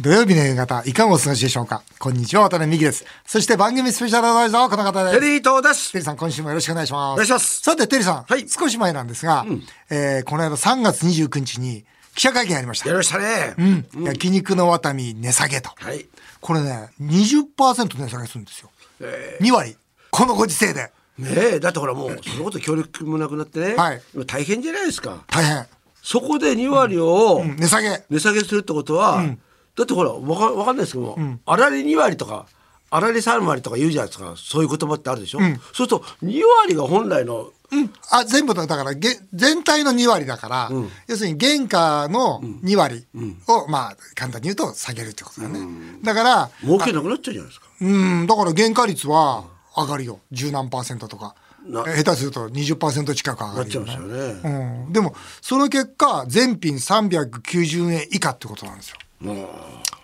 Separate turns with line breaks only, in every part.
土曜日の夕方、いかがお過ごしでしょうかこんにちは、渡辺美希です。そして番組スペシャルアドバイザーはこの方です。
テリー東です
テリーさん、今週もよろしくお願いします。
お願いします
さて、テリーさん、
はい
少し前なんですが、えーこの間3月29日に記者会見ありました。
やりましたね、
うん、焼肉のワタミ値下げと。
はい
これね、20%値下げするんですよ。2割。このご時世で。
ねえだってほらもうそのこと協力もなくなってね、
はい
今大変じゃないですか
大変。
そこで2割を
うん値下げ。
値下げするってことは、だってほらわかわかんないですけども、あられ2割とかあられ3割とか言うじゃないですかそういう言葉ってあるでしょ、そうすると2割が本来の
あ全部のだからげ全体の2割だから、要するに原価の2割を、まあ簡単に言うと下げるってことだね、だから
儲けなくなっちゃうじゃないですか
うんだから原価率は上がるよ十何パーセントとか
な
下手すると20%近く上
な
が
っ
る
ちゃ
よ
うん
ね
ですよね、
うん、でもその結果全品390円以下ってことなんですよ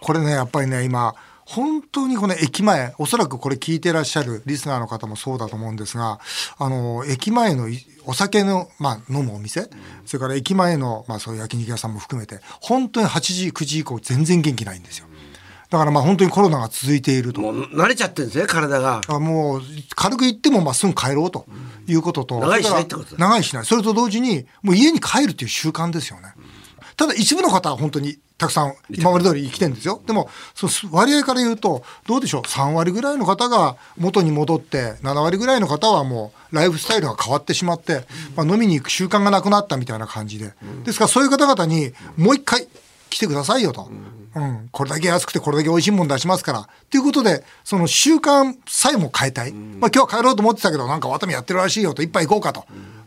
これねやっぱりね今本当にこの駅前おそらくこれ聞いてらっしゃるリスナーの方もそうだと思うんですがあの駅前のいお酒の、まあ、飲むお店、それから駅前の、まあ、そういう焼肉屋さんも含めて本当に8時9時以降全然元気ないんですよだからまあ本当にコロナが続いていると
もう慣れちゃってるんですね体が
あもう軽く言ってもまあすぐ帰ろうということと、
長居しない
それから
ってことだ
長いしないそれと同時にもう家に帰るという習慣ですよね、ただ一部の方は本当にたくさん今まで通り生きてるんですよでもそのす割合から言うとどうでしょう3割ぐらいの方が元に戻って7割ぐらいの方はもうライフスタイルが変わってしまって、まあ、飲みに行く習慣がなくなったみたいな感じで、ですからそういう方々にもう一回来てくださいよと、うんこれだけ安くてこれだけ美味しいもの出しますからということでその習慣さえも変えたい、まあ、今日は帰ろうと思ってたけどなんかワタミやってるらしいよと一杯行こうかと、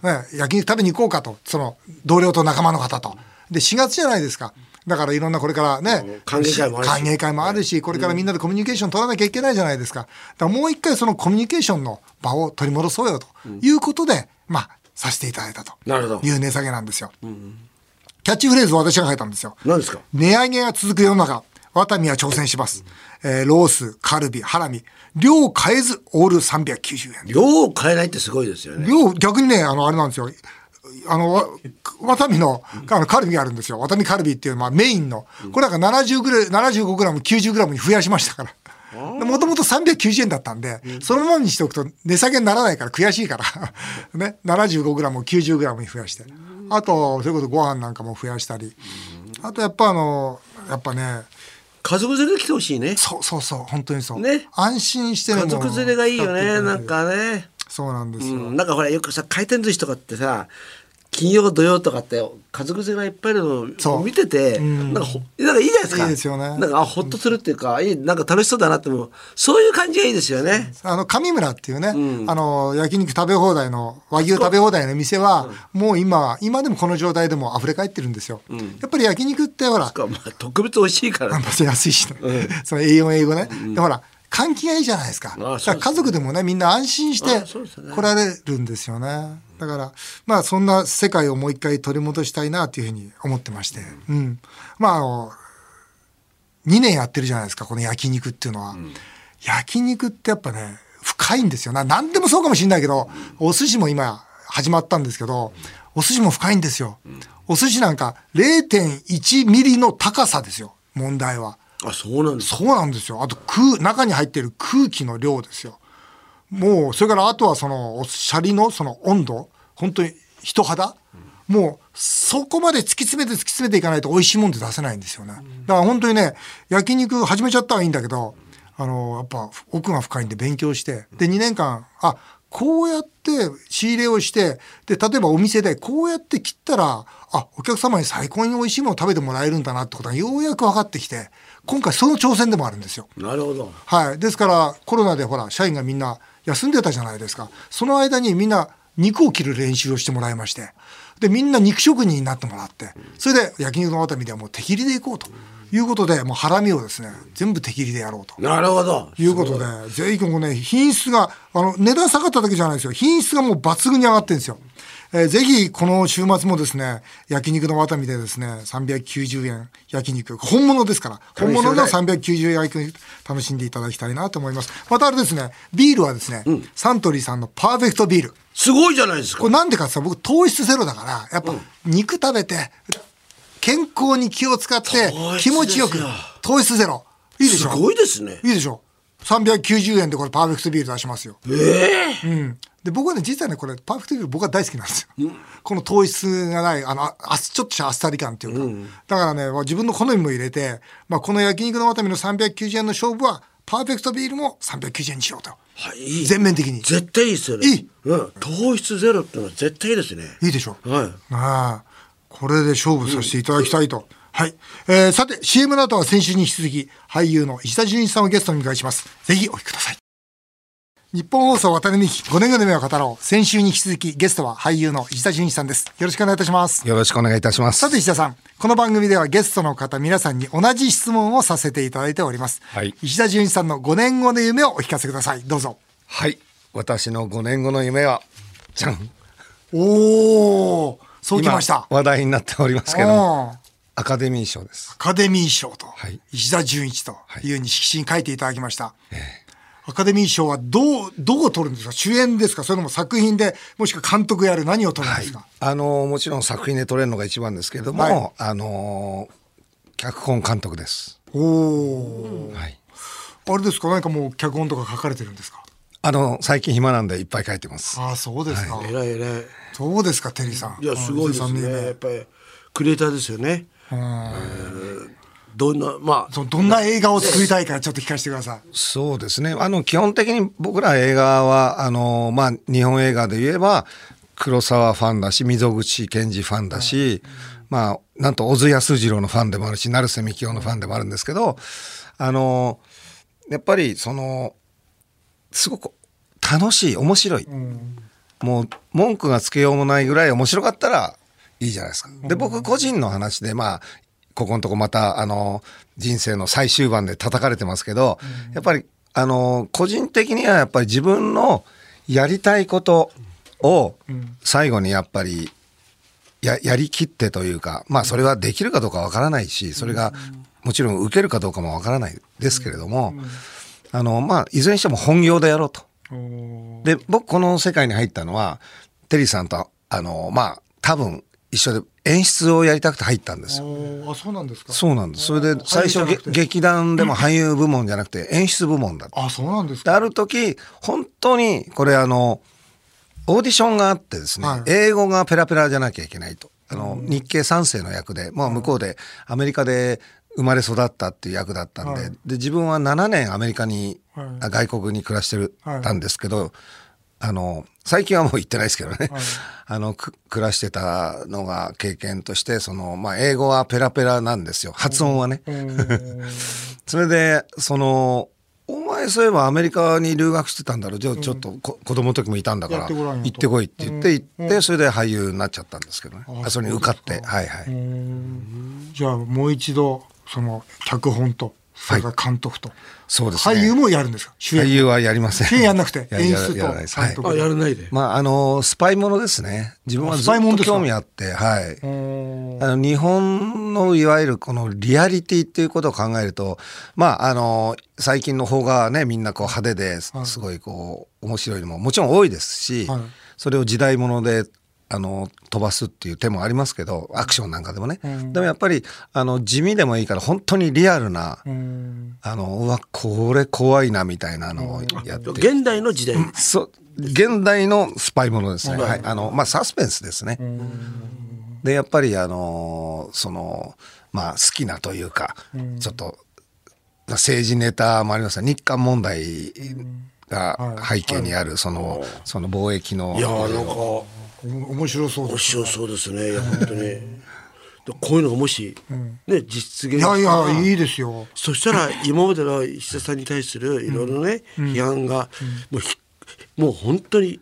ね、焼肉食べに行こうかとその同僚と仲間の方とで4月じゃないですかだからいろんなこれからね
歓迎会もあるし
歓迎会もあるしこれからみんなでコミュニケーション取らなきゃいけないじゃないですかだからもう一回そのコミュニケーションの場を取り戻そうよということで、まあさせていただいたと
なるほど
いう値下げなんですよ。キャッチフレーズを私が書いたんですよ。
何ですか
値上げが続く世の中、ワタミは挑戦します。えーロース、カルビ、ハラミ、量を変えず、オール390円。
量を変えないってすごいですよね
量、逆にね、あの、あれなんですよ。あの、わワタミの、あの、カルビがあるんですよ。ワタミカルビっていう、まあ、メインの。これなんか70グラ75グラム、90グラムに増やしましたから。もともと390円だったんで、そのままにしておくと値下げにならないから悔しいから。 ね。75グラムを90グラムに増やして。あと、それこそご飯なんかも増やしたり。あと、やっぱあの、やっぱね、
家族連れで来てほしいね
そうそうそう、本当にそう。
ね
安心してね
家族連れがいいよねなん。
もう
かね
そうなんですよ。
うん、なんかほらよくさ回転寿司とかってさ金曜土曜とかって家族連れがいっぱいいるの
そ
を
う
見てて、なんかほなんかいいじゃないですか
いいですよね
なんかあほっとするっていうか、いいなんか楽しそうだなってもうそういう感じがいいですよね、
あの上村っていうね、あの焼肉食べ放題の和牛食べ放題の店は、もう今今でもこの状態でも溢れ返ってるんですよ、やっぱり焼肉ってほら
かまあ、特別美味しいから、
あんまり安いしね、 その A4 英語ね、でほら換気がいいじゃないですか
ああ
だから家族でもねみんな安心し
ああそうですよ
て
ね
来られるんですよねだからまあそんな世界をもう一回取り戻したいなというふうに思ってまして、うん、まああの2年やってるじゃないですかこの焼肉っていうのは、焼肉ってやっぱね深いんですよな何でもそうかもしれないけど、お寿司も今始まったんですけどお寿司も深いんですよ、お寿司なんか0.1ミリの高さですよ問題は
あそうなんです
そうなんですよあと空中に入ってる空気の量ですよもうそれからあとはそのおシャリのその温度本当に人肌、もうそこまで突き詰めて突き詰めていかないと美味しいもんって出せないんですよね、だから本当にね焼肉始めちゃったはいいんだけどあのやっぱ奥が深いんで勉強してで2年間あこうやって仕入れをしてで例えばお店でこうやって切ったらあお客様に最高に美味しいものを食べてもらえるんだなってことがようやく分かってきて今回その挑戦でもあるんですよ。
なるほど
はい、ですからコロナでほら社員がみんな休んでたじゃないですかその間にみんな肉を切る練習をしてもらいましてでみんな肉職人になってもらってそれで焼肉の熱海ではもう手切りでいこうということでもうハラミをですね全部手切りでやろうと
なるほど
いうことでぜひ今後ね品質があの値段下がっただけじゃないですよ品質がもう抜群に上がってるんですよ、えーぜひこの週末もですね焼肉のワタミでですね390円焼肉本物ですから本
試してく
物の
ださ
390円焼肉楽しんでいただきたいなと思いますまたあれですねビールはですね、サントリーさんのパーフェクトビール
すごいじゃないですか
これなんでかってさ僕糖質ゼロだからやっぱ肉食べて健康に気を使って
糖質
気持ちよく
ですよ
糖質ゼロ。いいでし
す
ょ
ごいですね。
いいでしょ390円でこれパーフェクトビール出しますよ。
ええ
うん。で、僕はね、実はね、これ、パーフェクトビール僕は大好きなんですよ。この糖質がない、あの、ああちょっとしたあっさり感っていうか。だからね、まあ自分の好みも入れて、まあこの焼肉の渡美の390円の勝負は、パーフェクトビールも390円にしようと。
はい。
全面的に。
絶対いいですよね。
いい
うん。糖質ゼロってのは絶対いいですね。
いいでしょ
はい。
ああ、これで勝負させていただきたいと。はい。えーさて、CM の後は先週に引き続き、俳優の石田純一さんをゲストに迎えします。ぜひお聞きください。日本放送渡辺美希5年後の夢を語ろう。先週に引き続き、ゲストは俳優の石田純一さんです。よろしくお願いいたします。
よろしくお願いいたします。
さて石田さん、この番組ではゲストの方皆さんに同じ質問をさせていただいております。
はい
石田純一さんの5年後の夢をお聞かせください。どうぞ。
はい。私の5年後の夢は、じゃん。
おー、そうきました。
今話題になっておりますけども、
うん
アカデミー賞です
ア。カデミー賞と
はい
石田純一と
はい
いうふうに色紙に書いていただきました。アカデミー賞はどう、どう取るんですか主演ですかそれとも作品で、もしくは監督やる何を取るんですか、
あの、もちろん作品で撮れるのが一番ですけれども、
はい
あの、脚本監督です。
おお
はい。
ー、あれですか何かもう脚本とか書かれてるんですか
あの、最近暇なんでいっぱい書いてます。
ああ、そうですか。
えらいえらい。
そうですか、テリーさん。
いや、すごいです
うん
ね。
テリーさん
やっ
ね
ぱり、クリエイターですよね。どんな、まあ、
そのどんな映画を作りたいかちょっと聞かせてください。
そうですね。あの、基本的に僕ら映画は、あの、まあ、日本映画で言えば、黒沢ファンだし、溝口健二ファンだし、まあ、なんと、小津安二郎のファンでもあるし、成瀬幹雄のファンでもあるんですけど、あの、やっぱり、その、すごく楽しい、面白い。もう、文句がつけようもないぐらい面白かったらいいじゃないですか。で、僕個人の話で、まあ、ここのとこまた、あの、人生の最終盤で叩かれてますけど、やっぱり、あの、個人的にはやっぱり自分のやりたいことを最後にやっぱりややりきってというか、まあそれはできるかどうかわからないし、それがもちろん受けるかどうかもわからないですけれども、あの、まあいずれにしても本業でやろうと。で、僕この世界に入ったのは、テリーさんと、あの、まあ多分一緒で演出をやりたくて入ったんですよ。
おーあ、そうなんですか
そうなんです。それで最初げ劇団でも俳優部門じゃなくて演出部門だった。
あ、そうなんです
で
か
ある時本当にこれあのオーディションがあってですね、
はい
英語がペラペラじゃなきゃいけないとあの、日系三世の役で、まあ、向こうでアメリカで生まれ育ったっていう役だったんで,、
はい
で自分は7年アメリカに、
はい
あ外国に暮らしてる、
はい
たんですけどあの最近はもう行ってないですけどね、
はい
あのく暮らしてたのが経験としてその、まあ、英語はペラペラなんですよ発音はね。
おー
それでそのお前そういえばアメリカに留学してたんだろじゃあちょっとこ、子供の時もいたんだか
やっ
ら
てごらんよと
行ってこいって言って行って、それで俳優になっちゃったんですけどねあそれに受かってはいはい、
じゃあもう一度、その脚本と、それから監督と。
そうですね
俳優もやるんですか主
俳
演。
優はやりません
主演やんなくて
やや
演出と
やらないです、はい
監督
あ、やらないで。
まああのスパイものですね自分はず
スパイもの
っ
で
と
すか
興味あってはいう
ーん
あの日本のいわゆるこのリアリティっていうことを考えるとまああの最近の方がねみんなこう派手です
はい
すごいこう面白いのももちろん多いですし、
はい
それを時代物であの飛ばすっていう手もありますけどアクションなんかでもね、
うん
でもやっぱりあの地味でもいいから本当にリアルな、
うーん
あのうわこれ怖いなみたいなのをやって、
現代の時代。
そう現代のスパイものですね、はいあのまあ、サスペンスですね。でやっぱりあのーそのまあ好きなというか、ちょっとまあ政治ネタもありますが日韓問題が背景にあるその,、その貿易の
いやー、なんか。
おも面白そうで
面
す。
白そうですね、いや本当に。でこういうのがもし、ね、実現
い
したら
やいや、いいですよ。
そしたら今までの石田さんに対するいろいろね、批判が、もうひもう本当に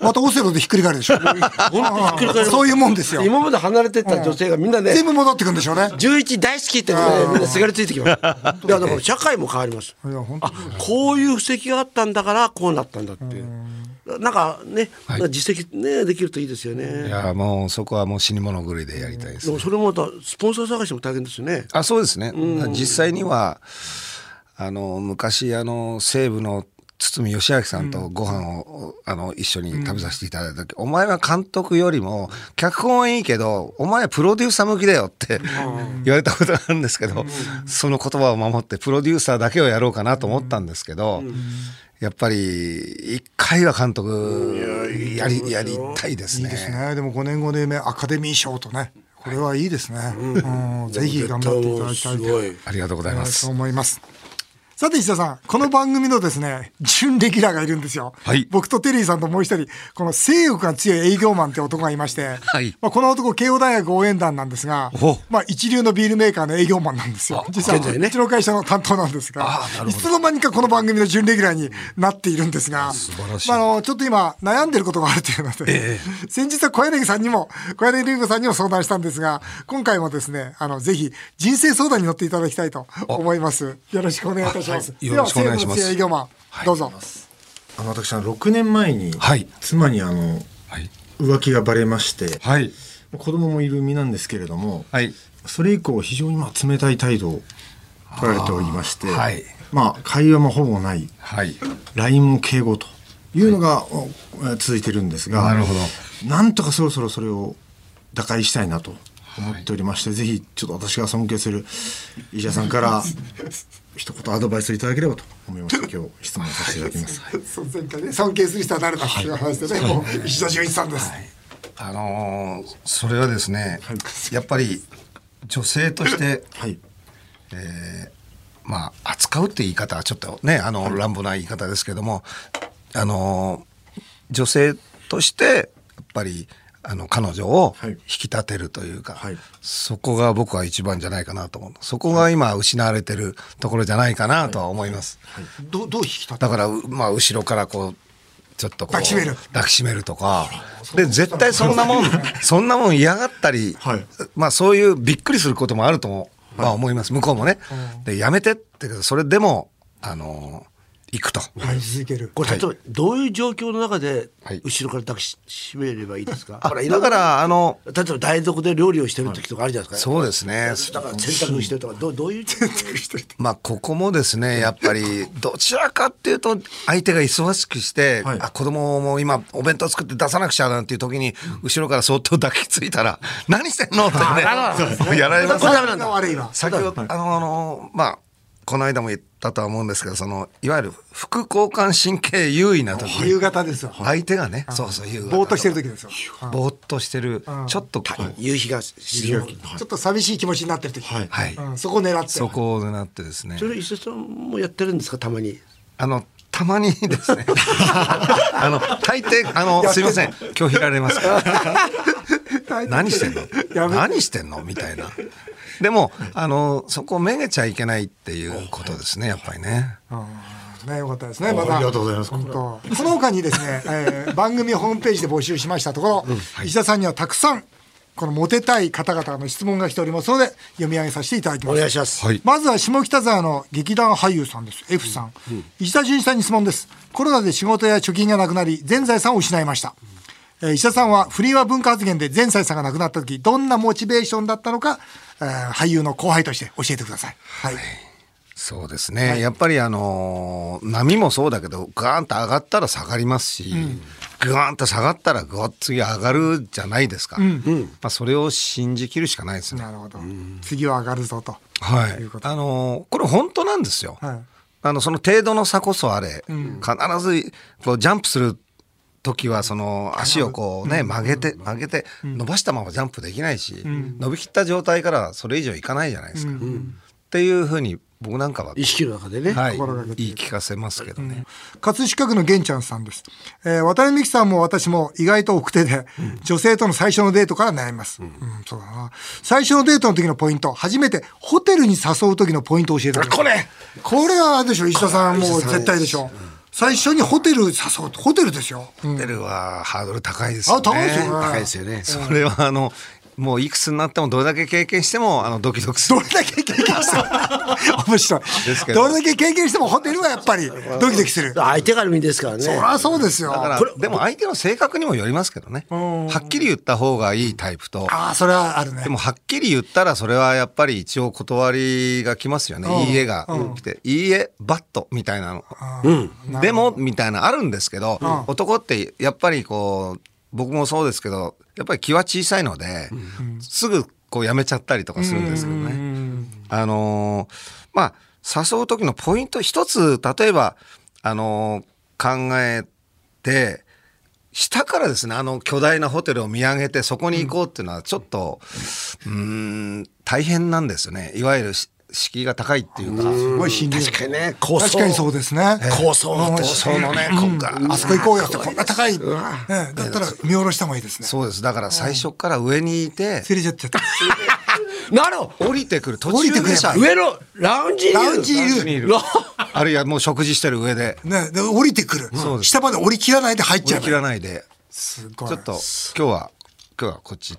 またオセロでひっくり返るでし ょ。
ひっくり返 る
そういうもんですよ。
今まで離れてた女性がみんなね、
全部戻ってくるんでしょうね。
11大好きってことでみんなすがりついて きます。いやだから社会も変わります。
いや本当
あこういう布石があったんだからこうなったんだっていう。なんかね、
はい
なんか実績ねできるといいですよ
い
ね。
やもうそこはもう死に物狂いでやりたいです
でもそれもまたスポンサー探しも大変ですよね。
あそうですね、実際にはあの昔あの西部の堤義明さんとご飯を、あの一緒に食べさせていただいた時、お前は監督よりも脚本はいいけどお前はプロデューサー向きだよって言われたことがあるんですけど、その言葉を守ってプロデューサーだけをやろうかなと思ったんですけど、やっぱり一回は監督やりやりたいです
いい
ね。
ですね。でも5年後の夢、アカデミー賞とね、これはいいですね。うん、ぜひ頑張っていただきたい
す
と
ごい。
ありがとうござい
え
ま
ー
す。
と思います。さて石田さん、この番組のですね、準レギュラーがいるんですよ。
はい
僕とテリーさんともう一人、この性欲が強い営業マンって男がいまして、
はい
まあ、この男、慶応大学応援団なんですが
お、
まあ、一流のビールメーカーの営業マンなんですよ。実は、
現在ね
うちの会社の担当なんですが
あーな、る
い
ほど
つの間にかこの番組の準レギュラーになっているんですが、
素晴らしい
まああのちょっと今悩んでることがあるというので、先日は小柳さんにも小柳ル子さんにも相談したんですが今回もですねあのぜひ人生相談に乗っていただきたいと思いますよろしくお願いいたします、
あはいよろしくお願いします
では西武の強営業マン、どうぞ
あの私あの6年前に、
はい
妻にあの
はい。
浮気がバレまして、
はい。
子供もいる身なんですけれども、
はい。
それ以降非常にまあ冷たい態度を取られておりまして、
あーはい
まあ、会話もほぼない
はい。
LINE も敬語というのが、おえー続いてるんですが
なるほど
なんとかそろそろそれを打開したいなと思っておりまして、ぜひちょっと私が尊敬する医者さん から一言アドバイスをいただければと思いまして今日質問させていただきます。
そう前回ね尊敬する人は誰だっていう話でね、もう石田純一さんです、
あのーそれはですね、やっぱり女性として、
はい
まあ、扱うって言い方はちょっとね、あの、乱暴な言い方ですけども、あのー女性として、やっぱり、あの、彼女を
はい
引き立てるというか、
はい
そこが僕は一番じゃないかなと思う。そこが今失われてるところじゃないかなとは思います。
どどう引き立て
だから、うまあ、後ろからこう、ちょっとこう
抱きしめる
抱きしめるとか。で、絶対そんなもん、そんなもん嫌がったり、
はい
まあ、そういうびっくりすることもあるとも、まあ、思います。向こうもね。で、やめてって、それでも、あのー行くと。
はい続ける
これ例えばどういう状況の中で
はい
後ろから抱きしめればいいですか。
あ、
ほらいろ
だ
んな
から、あの、
例えば台所で料理をしてる時とかあるじゃないですか。
そうですね。
だから洗濯してるとかどうどういう洗濯してるとか。
まあ、ここもですね、やっぱり、どちらかっていうと、相手が忙しくして、
はい
あ、子供も今、お弁当作って出さなくちゃなんていう時に、後ろからそっと抱きついたら、何してんのってね、やられます
これダメなんだ
の悪いわ
先ほど、あの、あの、まあ、この間も言ったとは思うんですけど、その、いわゆる副交感神経優位な時
夕方ですよ
相手がね、そうそう、優位。
ぼーっとしてる時ですようん
ぼーっとしてる、ちょっとこう、
夕日が沈む。
ちょっと寂しい気持ちになってる時、
はい
はい、
うん、そこを狙って
そこを狙ってですね。
それ石田さんもやってるんですかたまに。
あの、たまにで すね。あの、大抵、あの、すいません、拒否られますから。何してん
や
の
めて
何してんのみたいな。でも、あの、そこをめげちゃいけないっていうことですね、やっぱりね。
ね、よかったですね。また
ありがとうございます
本当。その他にです ね、えー番組ホームページで募集しましたところ、石田さんにはたくさんこのモテたい方々の質問が来ておりますので読み上げさせていただきます。
お願いします。
はい
まずは下北沢の劇団俳優さんです。F さん。石田純一さんに質問です。コロナで仕事や貯金がなくなり、全財産を失いました。えー石田さんはフリーは文化発言で全財産がなくなった時、どんなモチベーションだったのか、えー俳優の後輩として教えてください。はい。
そうですね、やっぱりあのー波もそうだけどガーンと上がったら下がりますし、グワーンと下がったらグワッ次上がるじゃないですか、まあ、それを信じきるしかないですね。
なるほど。次は上がるぞと。
はい
ということ
あのーこれ本当なんですよ、
はい
あのその程度の差こそあれ、必ずこうジャンプする時はその足をこうね曲げて曲げて伸ばしたままジャンプできないし、伸びきった状態からそれ以上いかないじゃないですか、っていうふうに僕なんかは、
意識の中でね。
はい
心がけて、
言い聞かせますけどね、
葛飾区の玄ちゃんさんです。えー渡辺美樹さんも私も意外と奥手で、女性との最初のデートから悩みます。うん、そうだな。最初のデートの時のポイント、初めてホテルに誘う時のポイントを教えてください。これこれはあれでしょ、石田さんもう絶対でしょ。最初にホテル誘うと、ホテルですよ。うん
ホテルはハードル高いですよね
あ高いですよね
高いですよねそれはあのもういくつになってもどれだけ経験してもあのドキドキす
ど
る
れだけ経験しても 面白い
ですけど
どれだけ経験してもホテルはやっぱりドキドキするそ
相手から見ですからね。
りゃそうですよ
だから
あ
これ
でも相手の性格にもよりますけどねはっきり言った方がいいタイプと
あーそれはあるね
でもはっきり言ったらそれはやっぱり一応断りが来ますよね、いいえが来て、いいえバットみたいなの、でもみたいなあるんですけど、男ってやっぱりこう僕もそうですけどやっぱり気は小さいので、すぐこうやめちゃったりとかするんですけどね。あのーまあ誘う時のポイント一つ例えば、あのー考えて下からですねあの巨大なホテルを見上げてそこに行こうっていうのはちょっと、うーん大変なんですよねいわゆるし敷居が高いっていうか。
すごい心理
確かにね、構想。
確かにそうですね
構想の
そのね、こっから
あそこ行こうよってこんな高い、ね、だったら見下ろした方がいいですね
そうです。だから最初から上にいて、
せれちゃっちゃった
なるほど
降りてくる途
降りて
中
くれ
で
ば
さ、
上のラウンジにいる
ラウンジにい
る
ラ
あるいはもう食事してる上で、
ね、で降りてくる、
そうです
下まで降り切らないで入っち
切
ゃう
らないで、
すごい
ちょっと今日は、今日はこっち。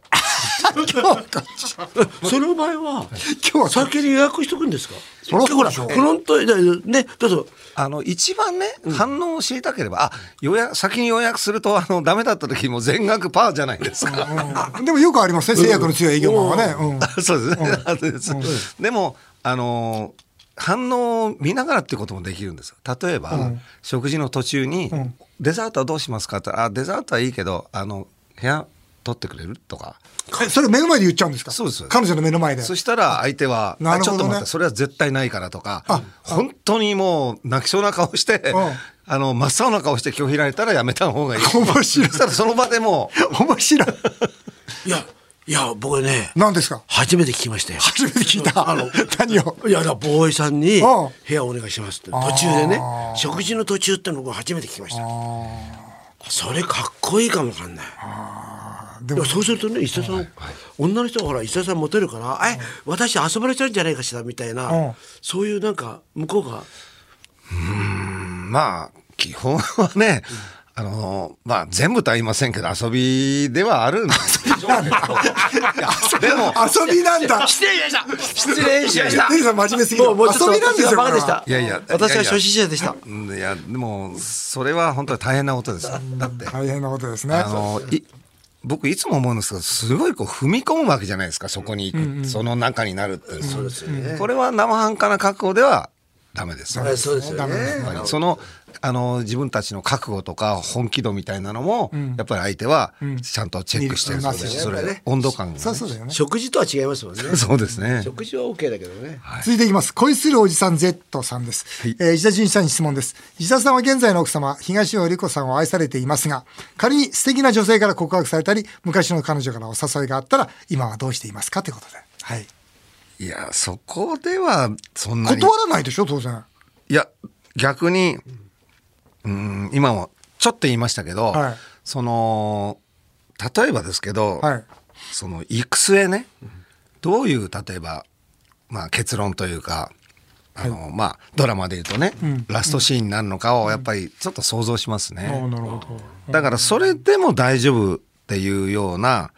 その場合は、
今日は
先に予約しとくんですか
そらそう
ほら、
でしょ
フロントで、ね、どうぞ。
あの、一番ね、反応を知りたければ、あ、予約、先に予約すると、あの、ダメだった時にもう全額パーじゃないですか。
うんでもよくありますね制約の強い営業マンはね、うん
あ そうですね。あそうですでも、あのー反応を見ながらっていうこともできるんですよ。例えば、食事の途中に、デザートはどうしますかって、あ、デザートはいいけど、あの、部屋取ってくれるとか。
えそれ目の前で言っちゃうんですか
そうです
彼女の目の前で
そしたら相手は、
な
あ
る
ちょ
ほどね
っと待って、それは絶対ないからとか
あ、
本当にもう泣きそうな顔して、
うん
あの、真っ青な顔して拒否られたらやめた方がいい。
面白い
そしたらその場でもう、
面白い
いや、いや、僕ね、
何ですか
初めて聞きましたよ。
初めて聞いた
あの
何を
いや、だからボーイさんに
うん
部屋お願いしますって、途中でね、食事の途中っての僕初めて聞きました。それかっこいいかもわかんない。
で
い
も
やそうするとね、伊勢さん、女の人はほら、伊勢さんモテるから、え、私遊ばれちゃうんじゃないかしらみたいな、
うん
そういうなんか、向こうが、
まあ、基本はね、あの、まあ、全部とは言いませんけど、遊びではあるん ですけど。いやでも、
遊びなんだ
失礼しました失礼しました
デリーさん真面目すぎる
もうもうちょっと
遊びなんですよ
私はバカでし
こ
た。
れはいやいや
私
いや
はい
や
初心者でした。
うんいや、でも、それは本当に大変なことですよ。だって、
大変なことですね
あの、い僕いつも思うんですけど、すごいこう踏み込むわけじゃないですか、そこに行く、その中になるって。そうですね。これは生半可な覚悟ではダメですよね。
あそうですよね。
やっぱりそのあの自分たちの覚悟とか本気度みたいなのも、やっぱり相手はちゃんとチェックしてるそうですし、
見
それ温度感がね、
そうそうだよね
食事とは違いますもんね。
そうですね
食事は OK だけどね。
続いていきます。恋するおじさん Z さんです。えー石田純一さんに質問です。石田さんは現在の奥様、東尾理子さんを愛されていますが、仮に素敵な女性から告白されたり、昔の彼女からお誘いがあったら、今はどうしていますかということで。はい。
いやそこではそんなに
断らないでしょ、当然。
いや逆にうん今もちょっと言いましたけど、
はい
その例えばですけど、
はい。
その行く末ねどういう例えば、まあ、結論というかあの、まあ、ドラマで言うとね、ラストシーンになるのかをやっぱりちょっと想像しますね。
なるほど。
だからそれでも大丈夫っていうような、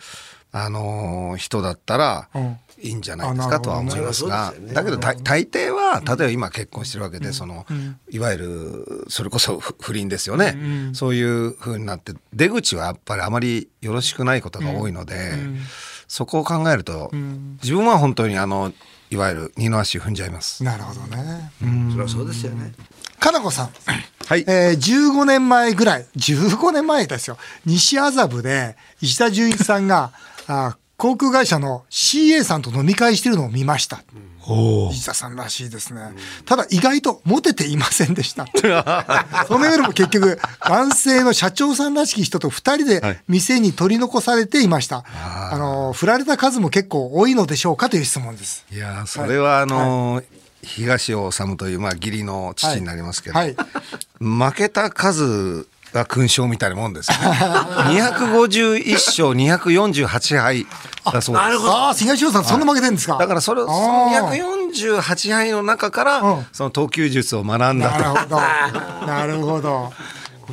あのー人だったら
うん
いいんじゃないですかとは思います
あな
が、
るほどね
だけど大大抵は例えば今結婚してるわけで、そのいわゆるそれこそ不不倫ですよね、そういうふうになって出口はやっぱりあまりよろしくないことが多いので、そこを考えると、自分は本当にあのいわゆる二の足踏んじゃいます。
なるほどね。
それはそうですよね。
かなこさん。
はい
えー15年前ぐらい、15年前ですよ。西麻布で、石田純一さん が、あー航空会社の CA さんと飲み会してるのを見ました。石田さんらしいですね。ただ意外とモテていませんで した。その夜も結局、男性の社長さんらしき人と二人で店に取り残されていました。あのー、振られた数も結構多いのでしょうかという質問です。
いやーそれはあのー東尾治という、まあ、義理の父になりますけど、
はい。
負けた数が勲章みたいなもんですよね。251勝248敗だそうで
なる
す。
ほど。
ああ、東野さん、そんな負けてるんですか
だからそれをその248敗の中から、
うん
その投球術を学ん
なる
だ
ほど。なるほど。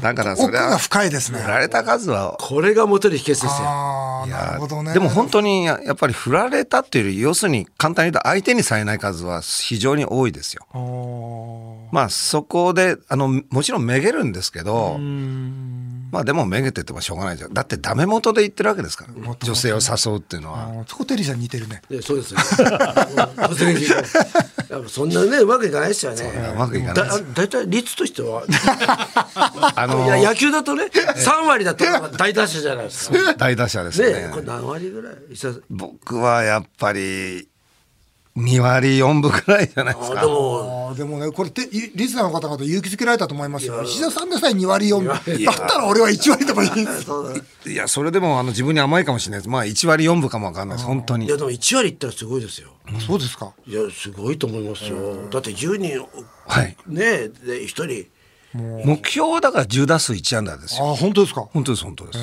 だからそ
奥
れは
が深いですね。
振られた数は
これがモテる秘訣ですよ
ああ、なるほどね。
でも本当にややっぱり振られたっていうより要するに簡単に言うと相手にされない数は非常に多いですよ。
お
まあそこであのもちろんめげるんですけど、
ーうーん
まあでもめげててもしょうがないじゃんだってダメ元で言ってるわけですから女性を誘うっていうの
あ
は。
ーそこテリーさん似てるね。
いやそうですようん突撃 やっぱそんなねうまくいかないですよね
うまくいかないです
だ大体率としては
あの
いや野球だとね3割だと大打者じゃないですか
大打者ですね
ねこれ何割ぐらい石田さん
僕はやっぱり2割4分くらいじゃないです
あ
か
でも
ああ、でもね、これて、リリスナーの方々勇気づけられたと思いますよ。石田さんでさえ2割4分。だったら俺は1割でもいいです。
いやそれでもあの自分に甘いかもしれないですまあ1割4分かもわかんないです本当
い
に
やでも1割いったらすごいですよ
そうですか。
いやすごいと思いますよだって10人
はい
ねで1人
目標はだから10打数1安打ですよ
ああ、本当ですか。
本当です本当です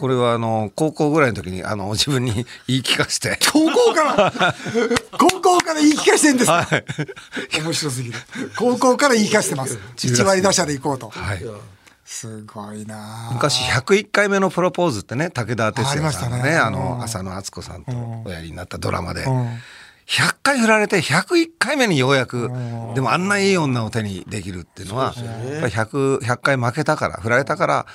これはあの高校ぐらいの時にあの自分に言い聞かせて
高校から、 高校から言い聞かせてんですか。
はい
面白すぎる。高校から 言い聞かせてます。1割打者で行こうと。
はい
すごいなあ。
昔101回目のプロポーズってね武田鉄矢さんのね
ありました
あ
ねうん
の浅野敦子さんとおやりになったドラマ
ん
で100回振られて101回目にようやくでもあんないい女を手にできるっていうのはやっぱり 100, 100回負けたから振られたから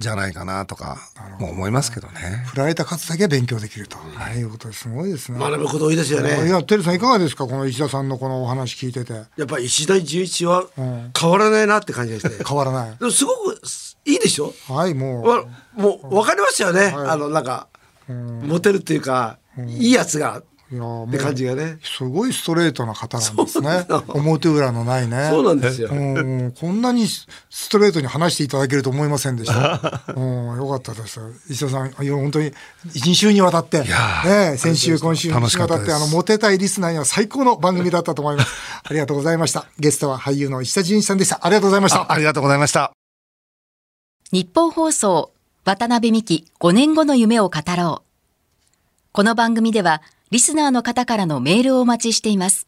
じゃないかなとかも思いますけどね。
振られた数だけ勉強できると。はい、いうことですごいですね。
学ぶこと多いですよ
い
ね
や、てるさんいかがですか、この石田さんのこのお話聞いてて。
やっぱ石田純一は
ん
変わらないなって感じですね
変わらない。
でもすごくいいでしょ
はい、も
わ
う。
もう分かりましたよね、あのなんか、モテるっていうか、いいやつが
いやもう
って感じがね、
すごいストレートな方なんです ね。表裏のないね。
そうなんですよ、
うんこんなにスストレートに話していただけると思いませんで した。うん、よかったです。石田さん、いや本当に2週にわたって、
ー
ねえ、先週、今週に
楽し
わ
かったた
っ
で
て、
す
あの、モテたいリスナーには最高の番組だったと思 います。ありがとうございました。ゲストは俳優の石田純一さんでした。ありがとうございました
あ。ありがとうございました。
日本放送渡辺美希5年後の夢を語ろう。この番組ではリスナーの方からのメールをお待ちしています。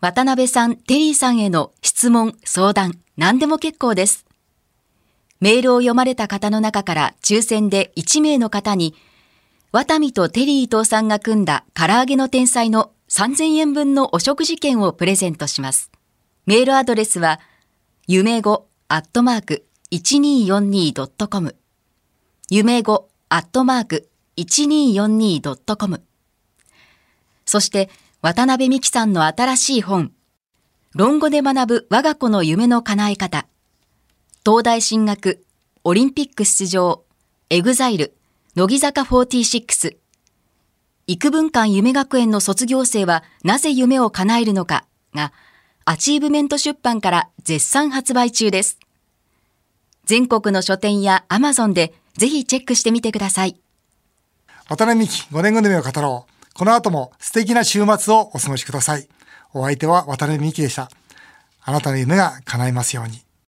渡辺さん、テリーさんへの質問、相談、何でも結構です。メールを読まれた方の中から抽選で1名の方に、渡美とテリー伊藤さんが組んだ唐揚げの天才の3000円分のお食事券をプレゼントします。メールアドレスは、夢語アットマーク 1242.com 夢語アットマーク 1242.com そして渡辺美希さんの新しい本論語で学ぶ我が子の夢の叶え方東大進学オリンピック出場エグザイル乃木坂46幾分間夢学園の卒業生はなぜ夢を叶えるのかがアチーブメント出版から絶賛発売中です。全国の書店や Amazon でぜひチェックしてみてください。
渡辺美希5年後の夢を語ろう。この後も素敵な週末をお過ごしください。お相手は渡辺美希でした。あなたの夢が叶いますように。